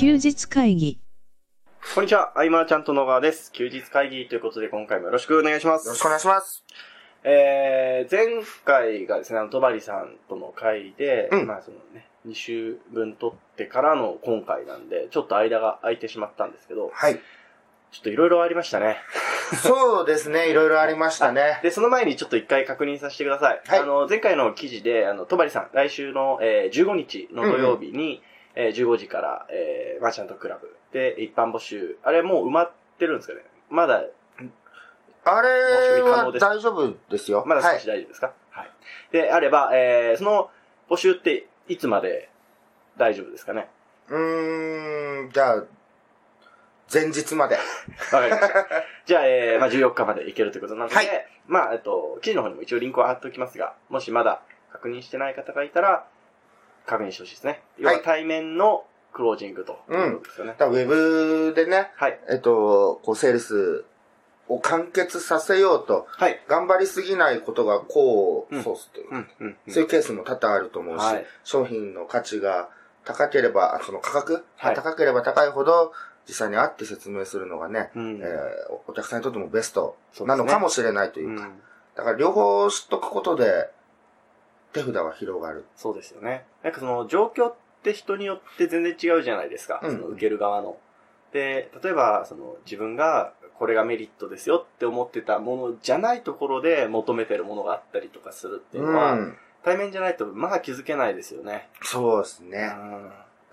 日会議。こんにちは、アイマーちゃんと野川です。休日会議ということで今回もよろしくお願いします。よろしくお願いします。えー、前回がですね、あの、とばりさんとの会で、うんまあそのね、2週分撮ってからの今回なんで、ちょっと間が空いてしまったんですけど、はい。ちょっといろいろありましたね。そうですね、いろいろありまし たね。で、その前にちょっと一回確認させてください。はいあの、前回の記事で、あの、とばりさん、来週の、えー15日の土曜日に、えー15時から、えー、マーチャントクラブで一般募集。あれもう埋まってるんですかねまだ、あれ申し込み可能はです大丈夫ですよ。まだは少いし。大丈夫ですかはい。で、あれば、えー、その募集っていつまで大丈夫ですかねうーん、じゃあ、前日まで。わかりま した。じゃあ、えー、まあ、14日までいけるということなので、はいまあ、えっと、記事の方にも一応リンクを貼っておきますが、もしまだ確認してない方がいたら、確認してほしいですね。要は対面のクロージングということですよね。だからウェブでね、はい。えっと、こう、セールスを完結させようと、はい。頑張りすぎないことが功を奏すという、うん、うん、うんそういうケースも多々あると思うし、はい商品の価値が高ければ、あその価格はいが高ければ高いほど、実際に会って説明するのがね、うんえーお客さんにとってもベストなのかもしれないといううか、ん。だから両方知っとくことで、手札は広がる。そうですよね。なんかその状況って人によって全然違うじゃないですか。うんその受ける側の。で、例えばその自分がこれがメリットですよって思ってたものじゃないところで求めてるものがあったりとかするっていうのは、うん対面じゃないとまだ気づけないですよね。そうですうね。ん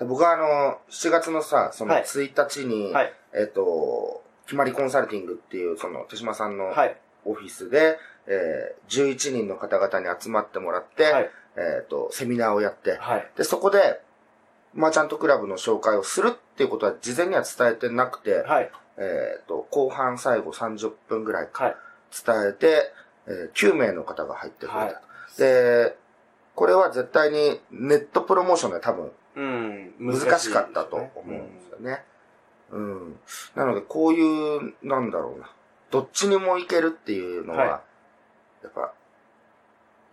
僕はあの、7月のさ、そのはい1日に、はい。えっ、と、決まりコンサルティングっていう、その、手島さんのはい。オフィスで、えー11人の方々に集まってもらって、はい。えっ、と、セミナーをやって、はい。で、そこで、マーチャントクラブの紹介をするっていうことは事前には伝えてなくて、はい。えっ、と、後半最後30分ぐらいはい。伝えて、えー9名の方が入ってくれた、はいで、これは絶対にネットプロモーションでは多分うん。難しかったと難思しいですうねんですよね。うん。なので、こういう、なんだろうな。どっちにもいけるっていうのは、はいやっぱ、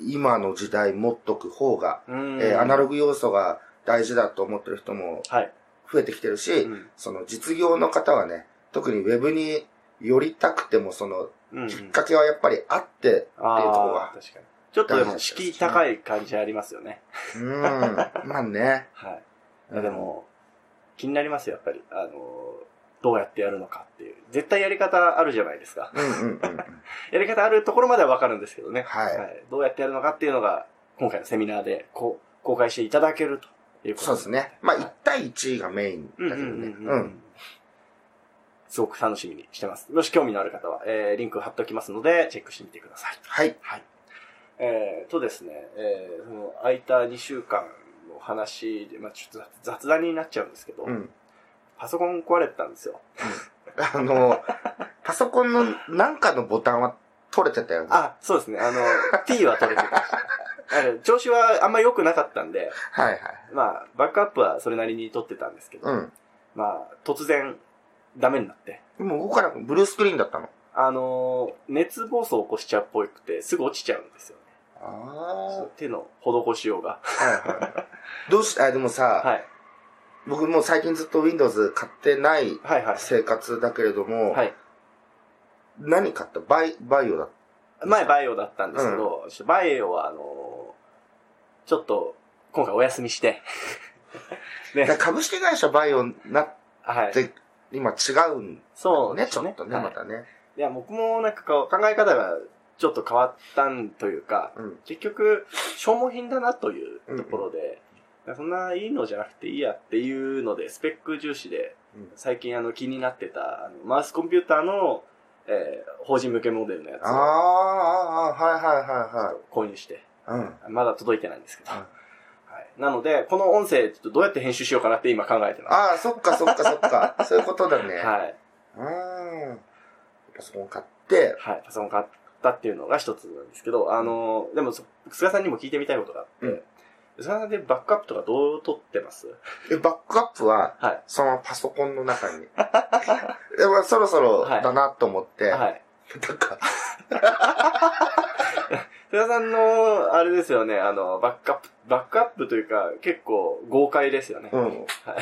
今の時代持っとく方が、うん。えーアナグ。ログ要素が大事だと思ってる人もはい。増えてきてるし、うんその実業の方はね、特にウェブに寄りたくても、その、うん。きっかけはやっぱりあって、あっていうとこあがー、確かに。ちょっとでも敷居高い感じありますよね。うん、 まあね。はい。いやでも、気になりますよ、やっぱり。あのー、どうやってやるのかっていう。絶対やり方あるじゃないですか。うん、うんうんうん。やり方あるところまではわかるんですけどね。はいどうやってやるのかっていうのが、今回のセミナーでこう公開していただけるということそうですね。まあ、はい1対1がメインうんうだんけどね。うんううんん。。すごく楽しみにしてます。もし興味のある方は、えー、リンク貼っておきますので、チェックしてみてください。はい。はい。えー、とですね、えー、その空いた2週間の話で、まあちょっと雑談になっちゃうんですけど、うん。 パソコン壊れてたんですよ。あの、パソコンのなんかのボタンは取れてたよね。あ、そうですね。あの、T は取れてました。あの調子はあんま良くなかったんで、はいはい。まあ、バックアップはそれなりに取ってたんですけど、うん。まあ、突然、ダメになって。でも動かなく、ブルースクリーンだったの。あのー熱暴走を起こしちゃうっぽくて、すぐ落ちちゃうんですよね。あそう手の施しようが。あ。はいはい。 どうし、あ、でもさ、はい。僕もう最近ずっと Windows 買ってないはいはい。生活だけれども、はい。何買ったバイ、バイオだっ前バイオだったんですけど、ちょっとバイオはあのーちょっと、今回お休みして。 た。だから株式会社バイオになっはい。て、今違うんそうね、でちすょっとね、はいまたね。いや、僕もなんかこう考え方がちょっと変わったんというか、うん。結局、消耗品だなというところで、そんないいのじゃなくていいやっていうので、スペック重視で、うん最近あの気になってた、あのマウスコンピューターの、えー法人向けモデルのやああ、つああ、はいはを購入して、いはいはい。うん。まだ届いてないんですけど。うんはい、なので、この音声、ちょっとどうやって編集しようかなって今考えてます。ああ、そっかそっかそ っか。そういうことだね。はい。うん。パソコン買って、はい。パソコン買ったっていうのが一つなんですけど、あのーでもそ、菅さんにも聞いてみたいことがあって、うん菅さんでバックアップとかどう撮ってますえ、バックアップは、はい。そのパソコンの中に。 でもそろそろだなと思って、はい。なんか、菅さんの、あれですよね、あの、バックアップ、バックアップというか、結構豪快ですよね。うん。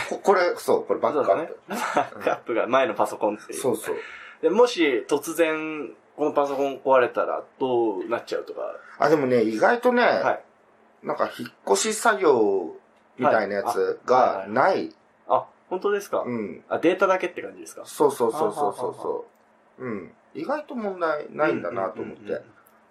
ここれ、そう、これバックアップ。バックアップが前のパソコンっていう。そうそう。で、もし突然、このパソコン壊れたらどうなっちゃうとか。あ、でもね、意外とね、はいなんか引っ越し作業みたいなやつがない。あ、本当ですか、うん。あ、データだけって感じですかそうそうそうそうあははそう。うん。意外と問題ないんだなと思って。。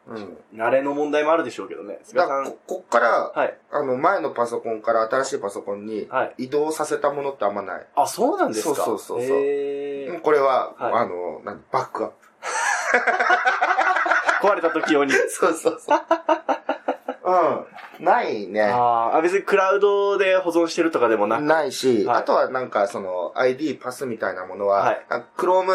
うん。慣れの問題もあるでしょうけどね。菅ださからん。こ、こっから、はい。あの、前のパソコンから新しいパソコンにはい。移動させたものってあんまない。あ、そうなんですかそうそうそうそうへうんーこれは、はいあの、何バックアップ。 壊れた時用に。そうそうそう。うん。ないね。 あーあ、別にクラウドで保存してるとかでもなく。ないし、はいあとはなんかその ID パスみたいなものは、はいあ Chrome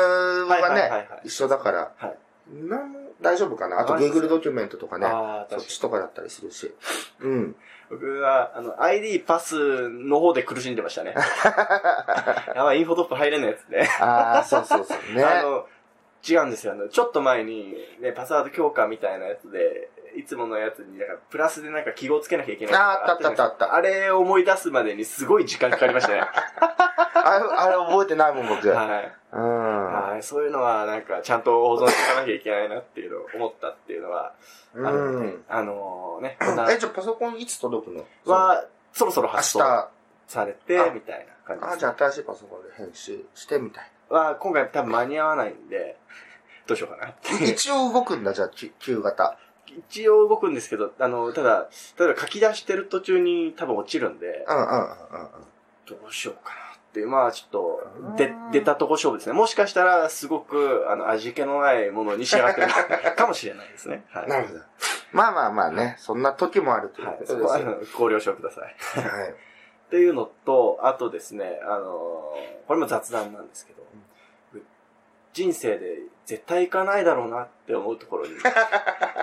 はいはいははいね、はい。一緒だから、はいなん大丈夫かなあとあそう Google ドキュメントとかね、ああ、そっ確かちに。とかだったりするし。うん。僕は、あの、ID パスの方で苦しんでました ね。やばい、インフォトップ入れないやつね。ああ、そうそうそうね。あの、違うんですよ。あの、ちょっと前に、ね、パスワード強化みたいなやつで、いつものやつに、なんか、プラスでなんか記号つけなきゃいけないとかあーあったあったあったじゃないですかあれを思い出すまでにすごい時間かかりました ね。あれ、あれ覚えてないもん、僕。うん。はい。はい、そういうのはなんかちゃんと保存していかなきゃいけないなっていうのを思ったっていうのは、あるうのでん。あのね、こんなえ、じゃあパソコンいつ届くのは、そろそろ明発日。送あ、されてあ、みたいな感じじです。ゃあ新しいパソコンで編集してみたい。は、今回多分間に合わないんで、どうしようかなって いう。一応動くんだ、じゃあ、き旧型。一応動くんですけど、あの、ただ、例えば書き出してる途中に多分落ちるんで、うんうんうんうん。どうしようかなっていう、まあちょっと、うでん、出たとこ勝負ですね。もしかしたら、すごく、あの、味気のないものに仕上がってるかもしれないですね。はい。なるほど。まあまあまあね、そんな時もあるというはこい。とそでこは、すあよ。のご了承ください。はい。っていうのと、あとですね、あのーこれも雑談なんですけど、人生で絶対行かないだろうなって思うところに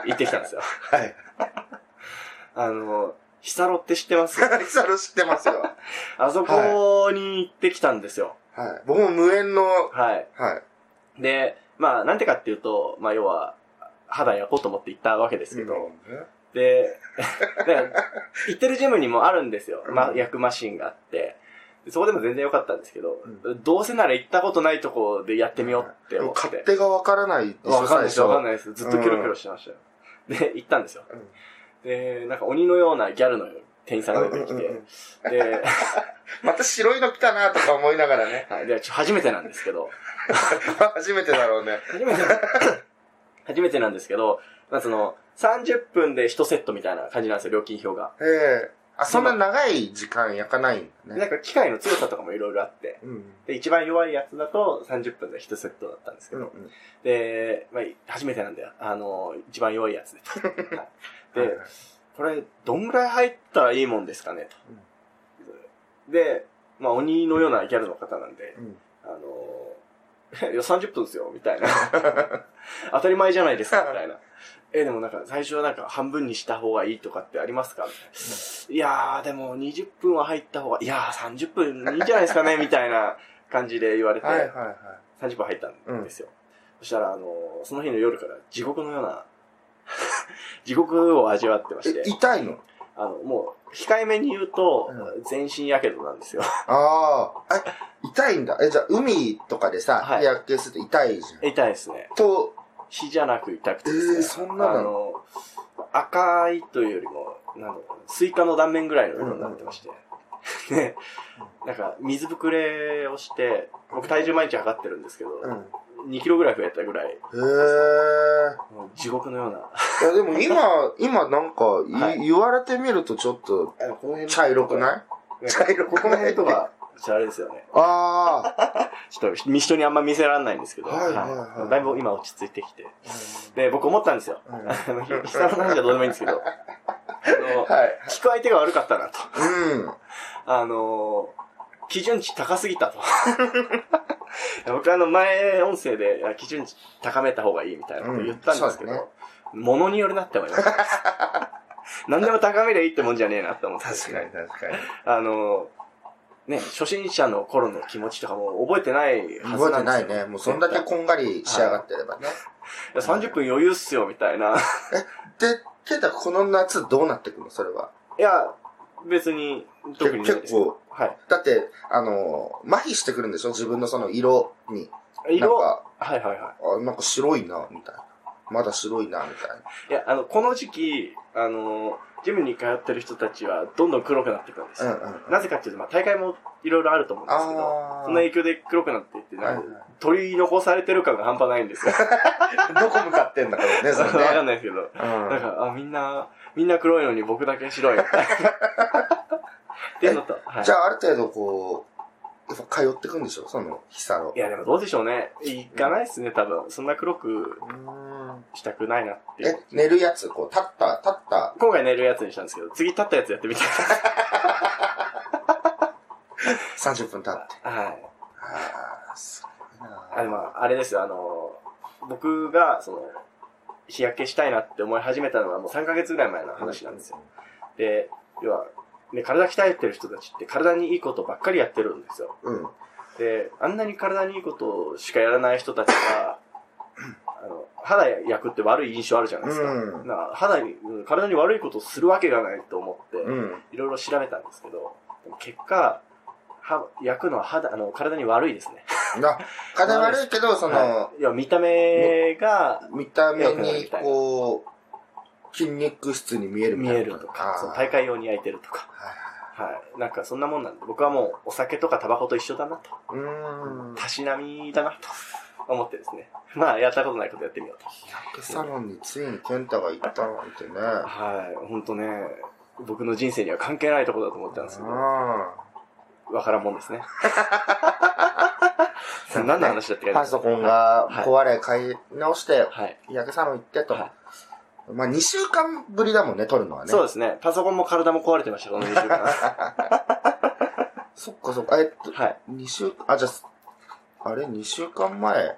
行ってきたんですよ。はい。あのーヒサロって知ってます サロ知ってますよ。あそこに行ってきたんですよ。はい。僕も無縁の、ははい。で、まあ、なんてかっていうと、まあ、要は、肌焼こうと思って行ったわけでい。すけど、で、だから行ってるジムにもあるんですよ。まう、ん焼くマシンがあって。そこでも全然良かったんですけど、うどうせなら行ったことないとこでやってみようってで思もっ勝て。手がわからないでしょわかんないです、最初わかんないです。ずっとキョロキョロしてましたよ。で、行ったんですよ。うんで、なんか鬼のようなギャルの店員さんが出てきうんうんうんて、で、また白いの来たなとか思いながらね。 はいでちょ初めてなんですけど、初めてだろうね。初 めて、初めてなんですけど、まあその、30分で1セットみたいな感じなんですよ、料金表が。ええあ、そんな長い時間焼かないんなだね。んか機械の強さとかもいろいろあって、うん。で、一番弱いやつだと30分で1セットだったんですけうど、ん。で、まあ、初めてなんだよ。あの、一番弱いやつ で。はいはいで、これ、どんぐらい入ったらいいもんですかねと。で、まあ、鬼のようなギャルの方なんで、うんあ の、いや、30分ですよ、みたいな。 当たり前じゃないですか、み たいな。え、でもなんか、最初はなんか、半分にした方がいいとかってありますかみたいな。いやー、でも、20分は入った方が、いやー、30分いいんじゃないですかね、みたいな感じで言われて、はいはいは30分入ったんですよ。そしたら、あのーその日の夜から地獄のような、 地獄を味わってましい。えて、痛いのあの、もう、控えめに言うと、う全身やけどなんですよ。ああ。え、痛いんだ。え、じゃあ海とかでさ、はい日焼けすると痛いじゃん。痛いですね。と、火じゃなく痛くてですね。えーそんなのあのー赤いというよりも、なんだろうなスイカの断面ぐらいの色になってまして。 で、なんか、水ぶくれをして、僕体重毎日測ってるんですけど、うん。 2キロぐらい増えたぐらい、へえ。もう地獄のような、いやでも今、今なんか、いはい言われてみるとちょっと、あのこの辺の茶色くない茶色くここなのい辺とか、ちょっとあれですよね。いああ。ちょっとみ人にあんま見せられないんですけど、はいはいはいだいぶ今落ち着いてきて。で、僕思ったんですよ。 うんはあのひ久々の話はどうでもいいんですけど、あの、い。聞く相手が悪かったなと。うん。あの、基準値高すぎたと。 僕あの前音声でいや基準値高めた方がいいみたいなこと言ったんですけど、うんそものによるなって思いま した。何でも高めりゃいいってもんじゃねえなって思って。に確かに。あの、ね、初心者の頃の気持ちとかもう覚えてないはず覚えなてんですよ。ないね。もうそんだけこんがり仕上がってればね。いや30分余裕っすよ、みたいな。で、けどこの夏どうなってくのそれは。いや、別に、特にないです結構、はい。だって、あの、麻痺してくるんでしょ自分のその色に。なん色は、か、はいはいはあ、なんか白いな、みたいな。まだ白いな、みたいな。い。いや、あの、この時期、あの、ジムに通ってる人たちは、どんどん黒くなっていくんですうんよ。うんうん。なぜかっていうと、まあ、大会もいろいろあると思うんですけど、あーその影響で黒くなっていって、はないんはいか取り残されてる感が半端ないんですよ。どこ向かってんだから ね、そわれかね。んないですけど。うんなんか、あ、みんな、みんな黒いのに僕だけ白い。っていうのと、はいじゃあ、ある程度こう、やっぱ通ってくんでしょその、ヒサロい。や、でもどうでしょうね。いかないですね、多分。そんな黒くしたくないなっていうえ。、寝るやつ、こう、立った、立った。今回寝るやつにしたんですけど、次立ったやつやってみたい。 30分経って。はい。ああ、すごいあ、でなも、あれですよ、あの、僕が、その、日焼けしたいなって思い始めたのはもう3ヶ月ぐらい前の話なんですよ。。で、要は、ね、体鍛えてる人たちって体にいいことばっかりやってるんですよ。うん。で、あんなに体にいいことしかやらない人たちが、あの、肌焼くって悪い印象あるじゃないですか。うんなんか肌に、うん体に悪いことをするわけがないと思って、うん。いろいろ調べたんですけど、でも結果、は焼くのは肌、あの、体に悪いですね。な、体悪いけど、そのは、い、いや、見た目が見た目に、こう、筋肉質に見えるみ見たいなえるとあかー、その大会用に焼いてるとか、はい。なんかそんなもんなんで、僕はもうお酒とかタバコと一緒だなと、うーん。たしなみだなと思ってですね。まあ、やったことないことやってみようと。日焼けサロンについに健太が行ったなんてね。はい。ほんとね、僕の人生には関係ないところだと思ってたんですけど、あわからんもん ですね。何の話だってー感パじソコンが壊れ買い直して、はい。日焼けサロン行ってと。はいまあ、2週間ぶりだもんね、撮るのはね。そうですね。パソコンも体も壊れてました、この2週 間。そっかそっか。えっと、はい。 2週間、あ、じゃあ、あれ、2週間前。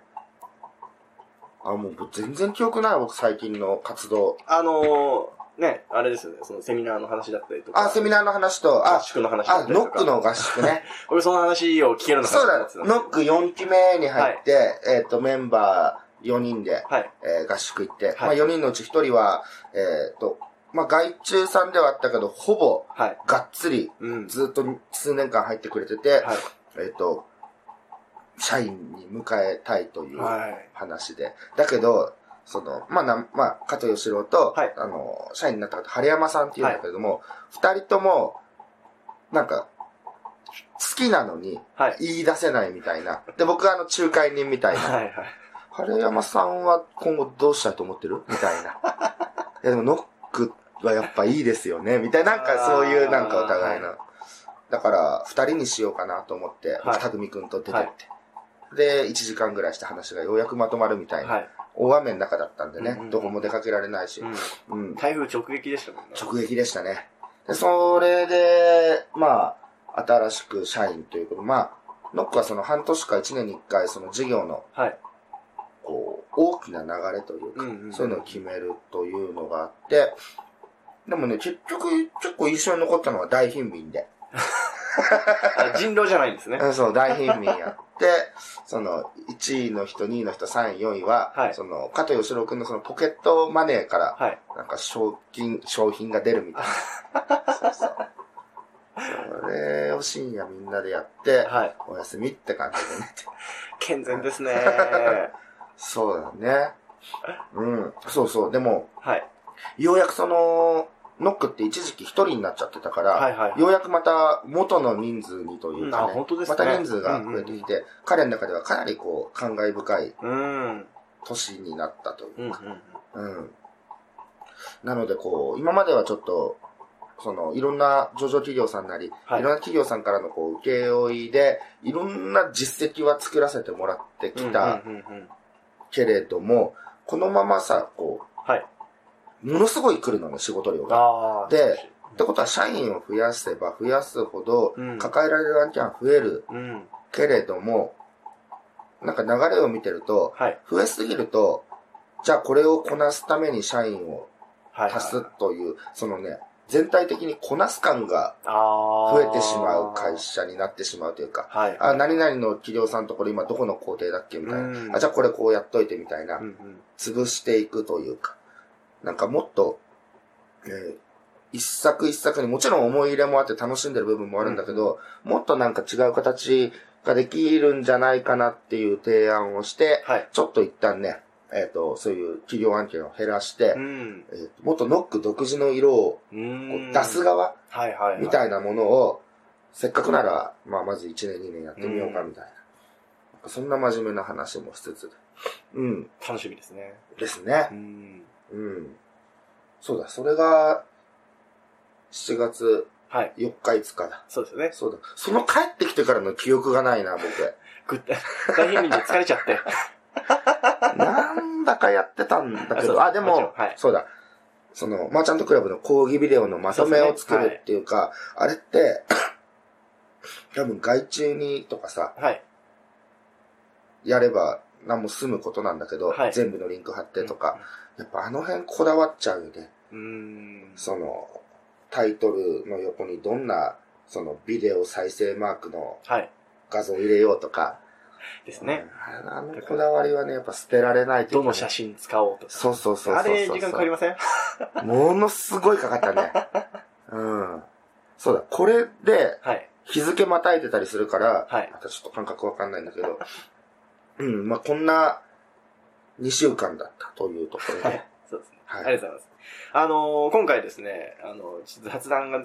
あ、もう全然記憶ない、僕最近の活動。あのー、ね、あれですよね、そのセミナーの話だったりとか。あ、セミーナーの話と、合あ、宿の話だっ、あたりとノッか。ク。の合 宿ね。俺その話を聞けるのかそうだ、なと思ってたんですよノック4期目に入って、えっ、と、メンバー4人で、はい。えー合宿行って、いまあ4人のうち1人は、えっ、と、まあ外注さんではあったけど、ほぼ、はい。がっつり、うん。ずっと数年間入ってくれてて、はい。えっ、と、社員に迎えたいというはい。話で。だけど、その、まあ、なまあ、加藤義郎と、はいあの、社員になった方、晴山さんっていうんだけれども、二、人とも、なんか、好きなのにはい。言い出せないみたいな。で、僕はあの、仲介人みたいな。はい。はい。晴山さんは今後どうしたいと思ってるみ たいな。いや、でもノックはやっぱいいですよね。みたいな、なんかそういうなんかお互いの。だから、二人にしようかなと思って、はいたくみくんと出てって。で、1時間ぐらいした話がようやくまとまるみたいな。はい。大雨の中だったんでね、うんうんうんどこも出かけられないし、うん。うん、台風直撃でしたもんね。直撃でしたね。で、それで、まあ、新しく社員ということ、まあ、ノックはその半年か1年に1回、その事業の、はい。こう、大きな流れというか、うんうんうんそういうのを決めるというのがあって、でもね、結局、結構印象に残ったのは大貧民で。あ人狼じゃないんですね。うんそう、大貧民やって、 その、1位の人、2位の人、3位、4位は、はいその、加藤義郎君のそのポケットマネーから、はい。なんか賞金、商品が出るみたいな。そうそう。それを深夜みんなでやって、はい。お休みって感じでね。健全ですね。そうだね。うん。そうそう。でも、はい。ようやくその、ノックって一時期一人になっちゃってたから、はいはいはいようやくまた元の人数にというかうんね、あ本当ですまねた人数が増えてきて、彼の中ではかなりこう、感慨深いうん。うん年になったといううん。うん。なので、こう、今まではちょっと、その、いろんな上場企業さんなり、はいい、ろんな企業さんからのこう、請負いで、いろんな実績は作らせてもらってきたうんうんうんうん。けれども、このままさ、こはい。う、ものすごい来るのね、仕事量が。ああ。で、ってことは、社員を増やせば増やすほどうん、抱えられる案件は増えるうん。けれども、なんか流れを見てると、はい。増えすぎると、じゃあこれをこなすために社員をはい。足すという、そのね、全体的にこなす感がああ。増えてしまう会。社になってしまうというか、はい。あ、何々の企業さんとこれ今どこの工程だっけみたいうんな。あ、じゃあこれこうやっといてみたいなうん。うん。潰していくというか、なんかもっと、えー一作一作にもちろん思い入れもあって楽しんでる部分もあるんだけど、もっとなんか違う形ができるんじゃないかなっていう提案をして、はい。ちょっと一旦ね、えっ、と、そういう企業案件を減らして、ん。えーともっとノック独自の色をうこん。う出す側はいはいはい。みたいなものを、せっかくなら、まあまず1年2年やってみようかみたいな。なんかそんな真面目な話もしつつで。うん。楽しみですね。ですねう。ん。うん。そうだ、それが、7月はい。 4日5日だ。そうですよね。そうだ。その帰ってきてからの記憶がないな、僕。 ぐった、大変に疲れちゃって。なんだかやってたんだあけ そうど、あ、でもちろんもはい、そうだ。その、マーチャントクラブの講義ビデオのまとめを作そうですねはるいっていうか、あれって、 多分外注にとかさ、はい。やれば何も済むことなんだけど、はい全部のリンク貼ってとか、やっぱあの辺こだわっちゃうよね。うん。うん。その、タイトルの横にどんな、そのビデオ再生マークのはい。画像を入れようとか。ですね。うん。あのこだわりはね、やっぱ捨てられないというどかねの写真使おうとか。そうそうそうそうそう。あれ、時間かかりませんものすごいかかったね。うん。そうだ、これではい。日付またいでたりするから、はいまたちょっと感覚わかんないんだけど、うん、まあこんな2週間だったというとこ ろはでい。。そうですね。はありがとうございます。あのー、今回ですね、あの、ちょっと雑談が、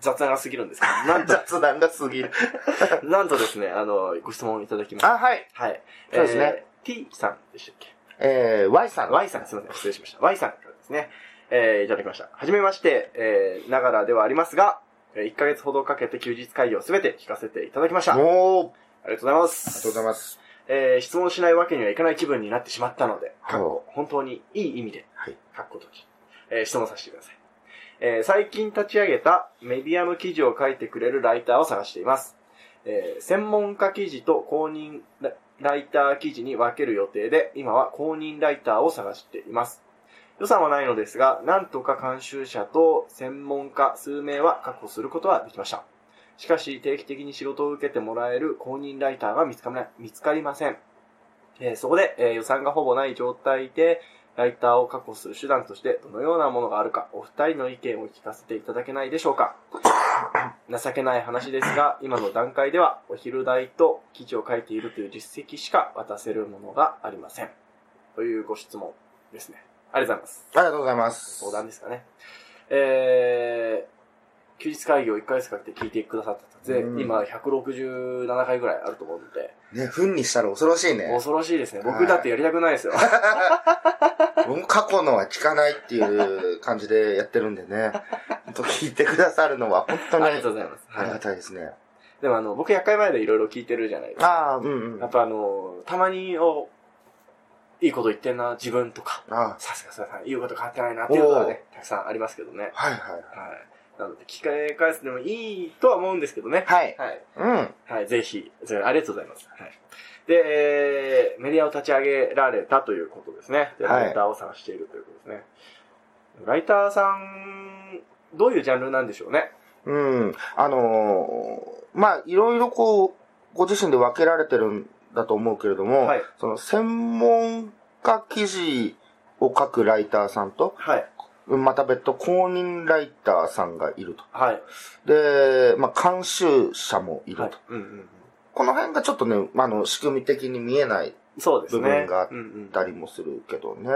雑談が過ぎるんですけど、なんと、雑談が過ぎる。 なんとですね、あの、ご質問をいただきました。あ、はい。はい。そうですねえー。T さんでしたっけえー、Y さん。 Y さん、すみません、失礼しました。Y さんからですね、えー、いただきました。はじめまして、えー、ながらではありますが、1ヶ月ほどかけて休日会議をすべて聞かせていただきました。ありおー、がとうございまありす。がとうございます。えー、質問しないわけにはいかない気分になってしまったので、かっこ本当にいい意味で、はいかっことき、えー質問させてください。えー最近立ち上げたメディアム記事を書いてくれるライターを探しています。えー専門家記事と公認ラライター記事に分ける予定で、今は公認ライターを探しています。予算はないのですが、なんとか監修者と専門家数名は確保することはできました。しかし、定期的に仕事を受けてもらえる公認ライターが見つかない見つかりません。えーそこで、えー予算がほぼない状態で、ライターを確保する手段としてどのようなものがあるか、お二人の意見を聞かせていただけないでしょう か。情けない話ですが、今の段階ではお昼代と記事を書いているという実績しか渡せるものがありません。というご質問ですね。ありがとうございます。ありがとうございます。相談ですかね。えー、休日会議を1ヶ月かけて聞いてくださったで、うん今167回ぐらいあると思うので、ね、糞にしたら恐ろしいね。恐ろしいですね。は僕いだってやりたくないですよ。僕も過去のは聞かないっていう感じでやってるん でね。本当聞いてくださるのは本当にあありがりとうございます。はがい。たいですね。でもあの、僕100回前でいろいろ聞いてるじゃないですか。ああ、うんうん。やっあぱあの、たまにを、いいこと言ってんな、自分とか、あ、さすがさすが言うこと変わってないなっていうことはね、たくさんありますけどね。はいはい。はい。なので、聞き返すでもいいとは思うんですけどね。はい。はい。うん。はい、ぜひ、それありがとうございます。はい。で、えーメディアを立ち上げられたということですね。で、はいライターを探しているということですね。ライターさん、どういうジャンルなんでしょうね。うん。あのーまあ、いろいろこう、ご自身で分けられてるんだと思うけれども、はいその専門家記事を書くライターさんと、はい。また別途公認ライターさんがいると。はい。で、まあ、監修者もいると。はい。うんうんうん。この辺がちょっとね、あの、仕組み的に見えないそうですね。部分があっうんうん、たりもするけどね。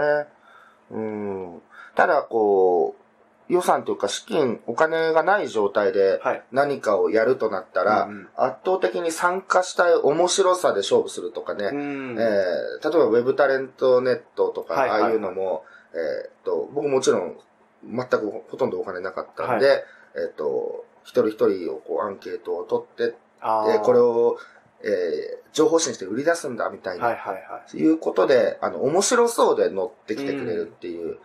うん。ただ、こう、予算というか資金、お金がない状態ではい。何かをやるとなったら、うんうん圧倒的に参加したい面白さで勝負するとかね。うんえー例えば、ウェブタレントネットとか、はいはいああいうのも、えーっと、僕もちろん、全くほとんどお金なかったんで、えーっと、一人一人をこうアンケートを取ってあえーこれを、を、えー情報誌にして売り出すんだみたいな、はいはいはい。いうことで、あの、面白そうで乗ってきてくれるっていう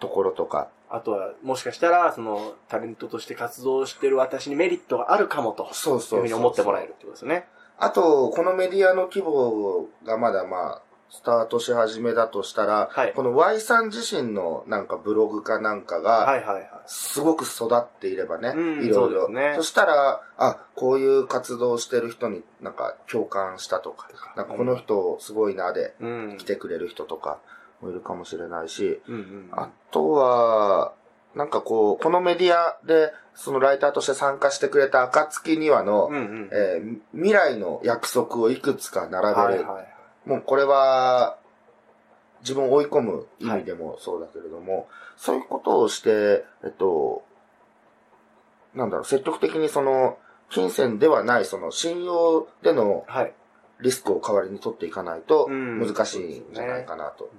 ところとか、あとは、もしかしたら、その、タレントとして活動してる私にメリットがあるかもと、そそううそいううふうに思ってもらえる。るってことですね。あと、このメディアの規模がまだまあ、スタートし始めだとしたら、はいこの Y さん自身のなんかブログかなんかはが、いはいはい。すごく育っていればね、うんいろいそろうですねそしたら、あ、こういう活動してる人になんか共感したとか、なんかこの人すごいなで、うん来。てくれる人とかもいるかもしれないし、うんうん。あとは、なんかこう、このメディアで、そのライターとして参加してくれた暁にはの、うんうん。えー未来の約束をいくつか並べる。はいはい。もうこれは、自分を追い込む意味でもそうだけれども、そういうことをして、えっと、なんだろう、積極的にその、金銭ではない、その、信用でのはい。リスクを代わりに取っていかないと、うん難しいんじゃないかなと。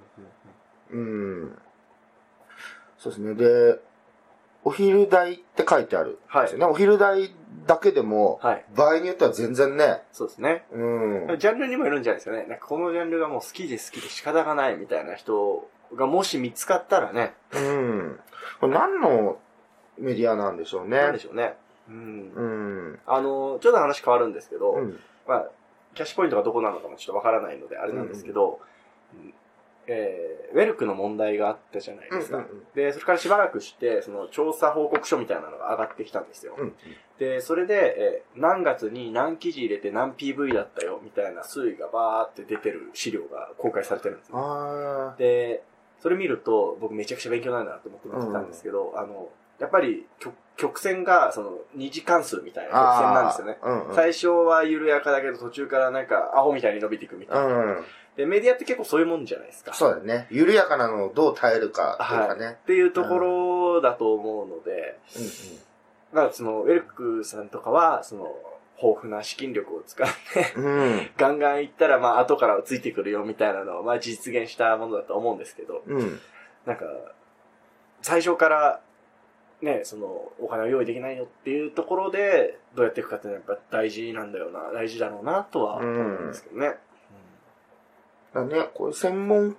うん。そうですね。で、お昼代って書いてあるんはですいよ。ね。お昼代だけでも、はい。場合によっては全然ね、そうですね。うん。ジャンルにもよるんじゃないですかね。なんかこのジャンルがもう好きで好きで仕方がないみたいな人がもし見つかったらね、うん。これ何のメディアなんでしょうね。なんでしょうね。うん。うん。あの、ちょっと話変わるんですけど、うん。まあ、キャッシュポイントがどこなのかもちょっとわからないので、あれなんですけど、うんえーウェルクの問題があったじゃないですか。で、それからしばらくして、その調査報告書みたいなのが上がってきたんですよ。うん。で、それで、えー何月に何記事入れて何 PV だったよ、みたいな推移がバーって出てる資料が公開されてるんですね。ああ。で、それ見ると、僕めちゃくちゃ勉強になるなと思って見てたんですけど、あの、やっぱり曲曲線が、その、二次関数みたいな曲線なんですよね。あーうんうん。最初は緩やかだけど途中からなんかアホみたいに伸びていくみたいな。うん。で、メディアって結構そういうもんじゃないですか。そうだね。緩やかなのをどう耐えるかっていうかね。っていうところだと思うので、だからその、ウェルクさんとかは、その、豊富な資金力を使って、うんうん。 ガンガン行ったら、まあ、後からついてくるよみたいなのは、まあ、実現したものだと思うんですけど、うん。うん。なんか、最初から、ね、その、お金を用意できないよっていうところで、どうやっていくかっていうのはやっぱ大事なんだよな、大事だろうな、とは思うんですけどね。だね、これ専門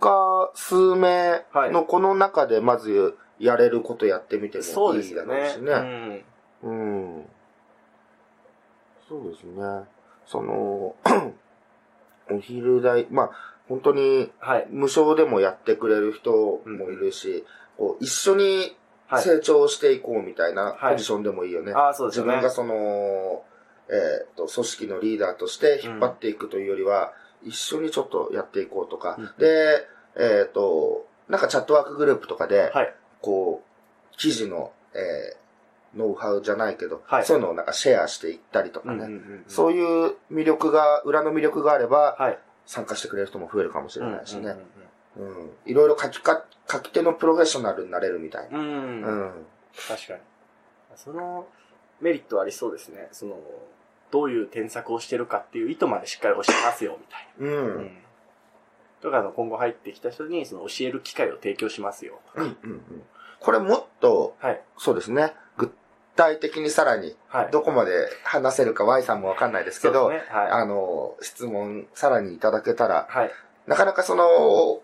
家数名のこの中でまずやれることやってみてそもうでいいすだよろうね。しうね。ん。うん。そうですね。その、 お昼代、まあ、本当にはい。無償でもやってくれる人もいるし、こう一緒にはい。成長していこうみたいなはいポジションでもいいよね。ああ、そうです自よね分。がその、えーっと、組織のリーダーとして引っ張っていくというよりは、一緒にちょっとやっていこうとか、うんで、えーっと、なんかチャットワークグループとかで、はい。こう、記事の、えーノウハウじゃないけど、はいそういうのをなんかシェアしていったりとかね、うんうんうんそういう魅力が、裏の魅力があれば、はい。参加してくれる人も増えるかもしれないしね。ううんいろいろ書きか、書き手のプロフェッショナルになれるみたいな。んうんうん。ううん。ん。確かに。その、メリットはありそうですね。その、どういう添削をしてるかっていう意図までしっかり教えますよ、みたいな。う。うんんとかあの今後入ってきた人にその教える機会を提供しますよ。うん。うん。うん。これもっと、はい。そうですね。具体的にさらに、はい。どこまで話せるか Y さんもわかんないですけど、そうですね、はい。あの、質問さらにいただけたら、はい。なかなかその、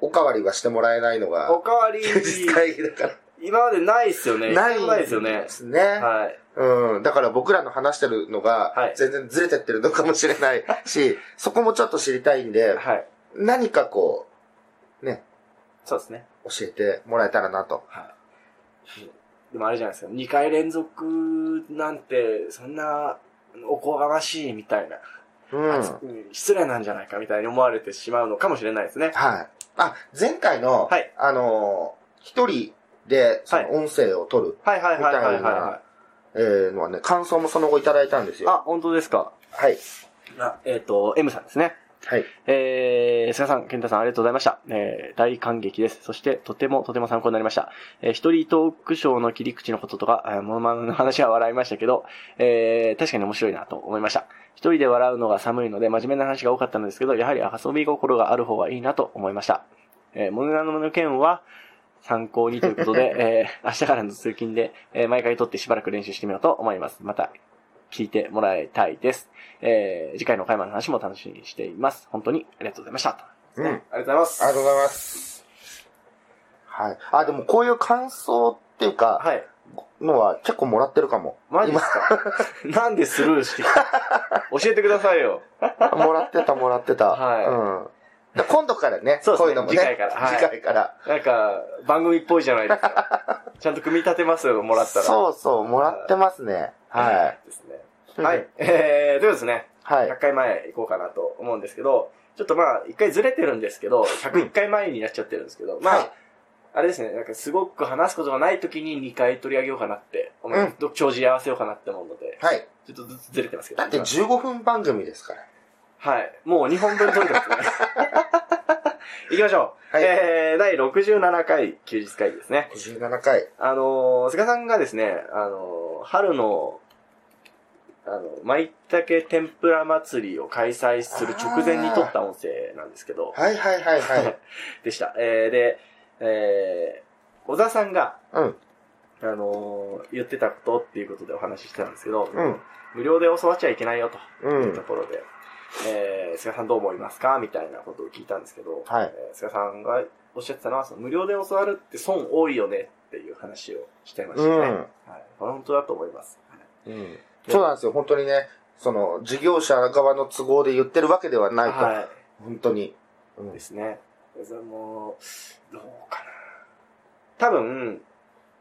おかわりはしてもらえないのが、おかわ り、休日会議だから。今までないっすよね。ない一度もないですよねで。すね。はい。うん。だから僕らの話してるのはがい、全然ずれてってるのかもしれないし、そこもちょっと知りたいんで、はい。何かこそうですね。う、教えてもらえたらなと。はい。でもあれじゃないですか。2回連続なんて、そんな、おこがましいみたいな、うん。はい。うん失礼なんじゃないかみたいに思われてしまうのかもしれないですね。あ、前回のはい、あのー、一人で、そはの音声を取る、はいはいはいはいはい、みたいはなえーのはね、感想もその後いただいたんですい。よ。あ、本当ですか。はい。あえっ、と、M さんですね。はい。えー、菅さん、健太さん、ありがとうございました。えー、大感激です。そして、とてもとても参考になりました。えー、一人トークショーの切り口のこととか、えー、モノマネの話は笑いましたけど、えー、確かに面白いなと思いました。一人で笑うのが寒いので、真面目な話が多かったのですけど、やはり遊び心がある方がいいなと思いました。えー、モノマネの件は、参考にということで、えー、明日からの通勤で、えー、毎回撮ってしばらく練習してみようと思います。また、聞いてもらいたいです。えー次回の開幕の話も楽しみにしています。本当にありがとうございました。うん。ありありがとうございますがとうございます。はい。あ、でもこういう感想っていうか、はい。のは結構もらってるかも。マジですかなんでスルーしてきた教えてくださいよ。もらってた、もらってた。 はいうん。で今度からね、そうですねこういうのもね。次回からはい次回からなんか、番組っぽいじゃないですか。ちゃんと組み立てますよ、もらったら。そうそう、もらってますね。はですい。ね。はい。。えー、ということですね、はい。 100回前行こうかなと思うんですけど、ちょっとまあ、1回ずれてるんですけど、101回前になっちゃってるんですけど、まあ、はいあれですね、なんかすごく話すことがない時に2回取り上げようかなって、お前うんど帳尻合わせようかなって思うので、はい。ちょっとずつずれてますけど。だって今15分番組ですから。はい。もう2本分取れて ますね。行きましょう。はいえー、第67回休日会議ですね。 57回。あのー、菅さんがですね、あのー、春の、あの、舞茸天ぷら祭りを開催する直前に撮った音声なんですけど、はいはいはいはい。でした。えー、で、えー、小田さんが、うん。あのー、言ってたことっていうことでお話ししてたんですけど、うん。無料で教わっちゃいけないよと。とういうとん。ころで、えー、菅さんどう思いますかみたいなことを聞いたんですけど、はいえー菅さんがおっしゃってたのは、その無料で教わるって損多いよねっていう話をしてましたうね。はいん。これ本当だと思います。うんそうなんですよ。本当にね、その、事業者側の都合で言ってるわけではないと。は本当に。うんい。ですね。それもう、どうかな。多分、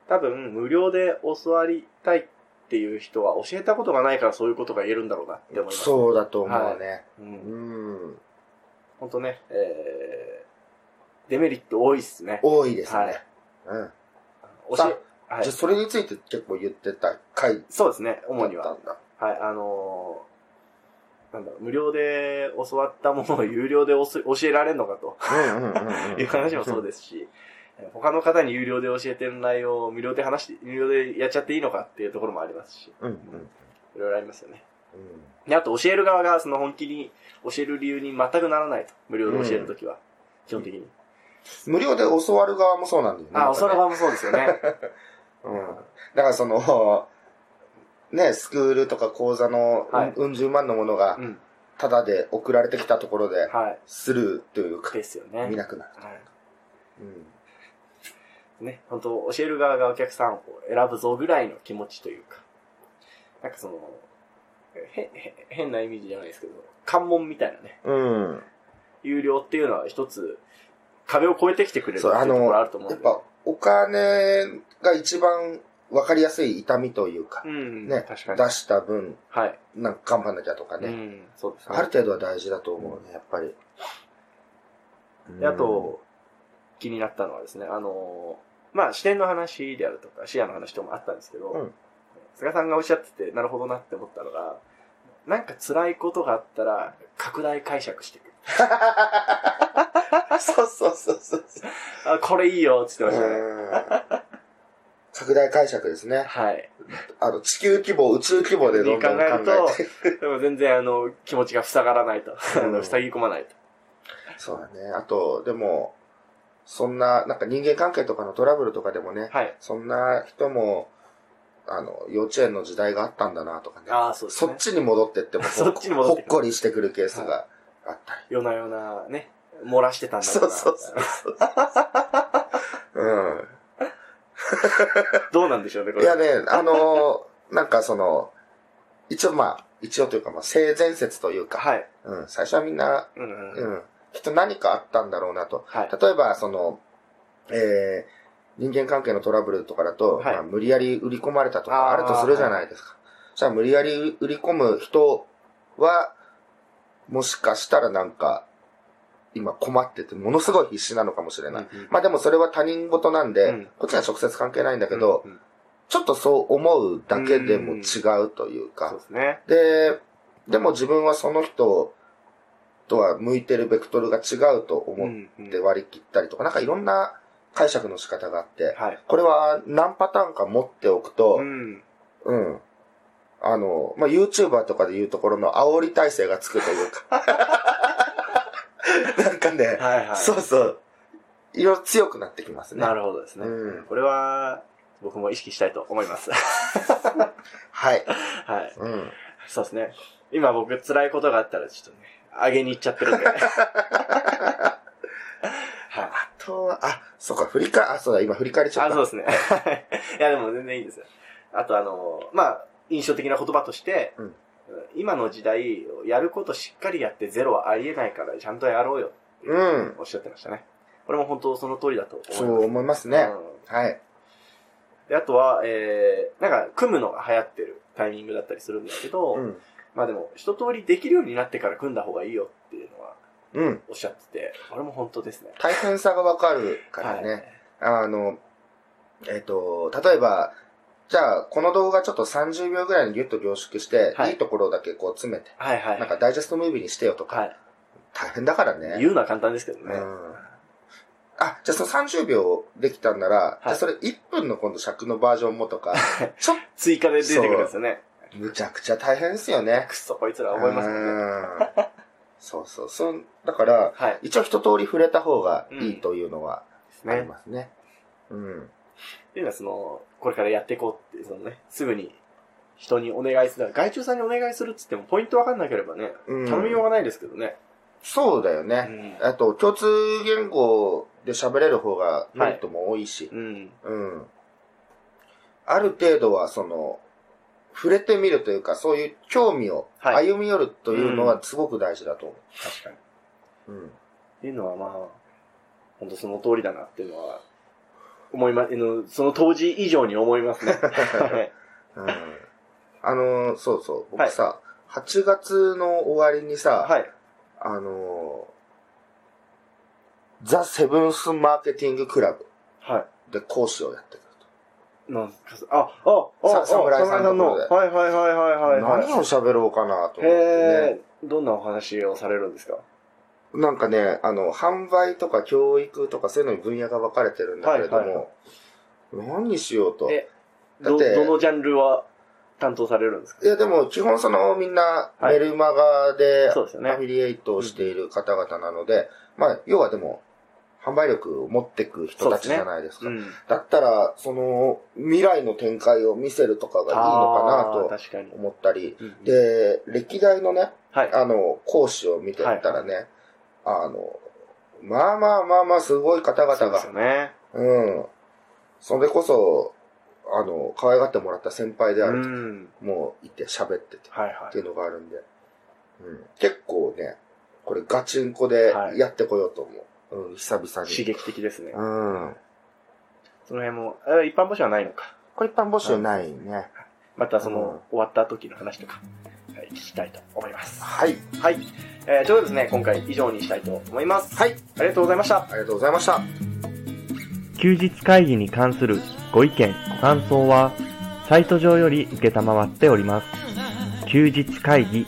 多分、無料で教わりたいっていう人は教えたことがないからそういうことが言えるんだろうなって思います。う。そうだと思うね。ん。うん。本当ね、えー、デメリット多いっすね。多いですはねい。うん。教え、はいじゃあ、それについて結構言ってた回だっそうですね、主にたは。んだ。はい、あのーなんだろう無料で教わったものを有料でおす教えられるのかとうんうんうんうんいう話もそうですし、他の方に有料で教えてる内容を無料で話して、無料でやっちゃっていいのかっていうところもありますし、うんうんいろいろありますよね。うん。で、あと教える側がその本気に教える理由に全くならないと。無料で教えるときは、基本的に。無料で教わる側もそうなんだよね。あ、教わるな側んかねもそうですよね。うん。だからその、ね、スクールとか講座のはいううん十万のものがう、ん。ただで送られてきたところで、はい。スルーというか、ですよね。見なくなる。はいうん。ね、本当教える側がお客さんを選ぶぞぐらいの気持ちというか、なんかその、へ、へ、変なイメージじゃないですけど、関門みたいなね、うん。有料っていうのは一つ、壁を越えてきてくれるってそ、いううとあこの、ろあやると思うんっで。ぱお金が一番わかりやすい痛みというかう、ん、ね、出確かに。した分、はい。なんか頑張んなきゃとかうね、ん、そうですね。ある程度は大事だと思うね、やっぱり。であと、気になったのはですね、あの、まあ、視点の話であるとか、視野の話ともあったんですけど、うん菅さんがおっしゃってて、なるほどなって思ったのが、なんか辛いことがあったら、拡大解釈していく。うん、そうそうそうそう。あ、これいいよ、つってましたね。うん拡大解釈ですね。はい。あの、地球規模、宇宙規模でどんどん考考えるとえ て。でも全然、あの、気持ちが塞がらないと。あうの、ん塞ぎ込まないと。そうだね。あと、でも、そんな、なんか人間関係とかのトラブルとかでもね、はい。そんな人も、あの、幼稚園の時代があったんだなとかね。ああ、そうですそっね。ちに戻ってっても、 そっちに戻ってくほっるこりしてくるケースがあったり。夜な夜な、ね、漏らしてたんだろそなうそうそう。う どうなんでしょうね、こん。いれ。やね、あの ーなんかその、一応まあ、一応というかまあ、性善説というか、はい。うん、最初はみんな、うんうんうん、きっと何かあったんだろうなと。はい。例えば、その、えー人間関係のトラブルとかだと、はいまあ、無理やり売り込まれたとあかーあるとするじゃないですか。じゃあ、無理やり売り込む人は、もしかしたらなんか、今困ってて、ものすごい必死なのかもしれない。うんうんまあでもそれは他人事なんで、うんこっちは直接関係ないんだけど、うんうんちょっとそう思うだけでも違うというそうか、ですね。で、でも自分はその人とは向いてるベクトルが違うと思っんうんて割り切ったりとか、なんかいろんな解釈の仕方があって、はい。これは何パターンか持っておくとう、ん。うん。あの、まあ、YouTuber とかで言うところの煽り体制がつくとい うか。なんかね、はいはい。そうそう。いろいろ強くなってきますね。なるほどですね。うんこれは、僕も意識したいと思います。 はい。はい。うん。そうですね。今僕辛いことがあったらちょっとね、上げに行っちゃって るんで。はい。あとは、あ、そうか、振り返、あ、そうだ、今振り返りちゃっあ、た。そうですね。いや、でも全然いいですよ。あと、あの、まあ、印象的な言葉として、うん今の時代、やることしっかりやってゼロはありえないから、ちゃんとやろうよ、うん。おっしゃってましたね。これも本当その通りだと思います。そう思いますね。うんはい。で、あとは、えー、なんか、組むのが流行ってるタイミングだったりするんですけど、うん。まあでも、一通りできるようになってから組んだ方がいいよっていうのはうん。おっしゃってて、これも本当ですね。大変さがわかるからね。はいあの、えっ、と、例えば、じゃあ、この動画ちょっと30秒ぐらいにギュッと凝縮して、はいい、いところだけこう詰めて、はいはい。なんかダイジェストムービーにしてよとか、はい。大変だからね。言うのは簡単ですけどね。うんあ、じゃあその30秒できたんなら、いじゃあそれ1分の今度尺のバージョンもとか、ちょっ追加で出てくるんですよね。と、むちゃくちゃ大変ですよね。 くっそ、こいつら思いますよね。うんそうそう。そんだから、はい。一応一通り触れた方がいいというのはありね。ますね。うん。っていうのは、その、これからやっていこうって、そのね、すぐに人にお願いする。外注さんにお願いするって言っても、ポイントわかんなければね、うん頼みようがないですけどね。そうだようね。んあと、共通言語で喋れる方がメリットも多いし、うん。うん。ある程度は、その、触れてみるというか、そういう興味をはい歩み寄るというのはすごく大事だと思確う。かに。っうん。ていうのはまあ、本当その通りだなっていうのは、思いま、あのその当時以上に思いますね。 はい うん、あのー、そうそう。は僕いさ、8月の終わりにさ、はい。あのー、ザ・セブンス・マーケティング・クラブはで講師をやってくると。い。なんか、あ、あ、さあ、侍さんのところではいはいはいはいはい、はい。何を喋ろうかなと思ってへね。え、どんなお話をされるんですかなんかね、あの、販売とか教育とかそういうのに分野が分かれてるんだけれども、はいはいは何にしようと。えだど、ってどのジャンルは担当されるんですかいや、でも基本そのみんなはいメルマガでそうですよねアフィリエイトをしている方々なので、まあ、要はでも、販売力を持ってく人たちじゃないですか。ん。いいだったら、その、未来の展開を見せるとかがいいのかな確かにと。思ったり、うん、で、歴代のね、はい。あの、講師を見てったらね、あの、まあまあまあまあ、すごい方々そうでがすよね。うん。それこそ、あの、可愛がってもらった先輩であうるん。と、もういて喋ってて、はいっはていうのがあるんで、うん。結構ね、これガチンコではいやってこようと思う。うん、久々い。刺に。激的ですね。うん。その辺も、あ一般募集はないのか。これ一般募集ないね。またそうんの、終わった時の話とか、はい、聞きたいと思います。はい。はい。えー、ということでですね、今回以上にしたいと思います。はい。ありがとうございました。ありがとうございました。休日会議に関するご意見、ご感想は、サイト上より受けたまわっております。休日会議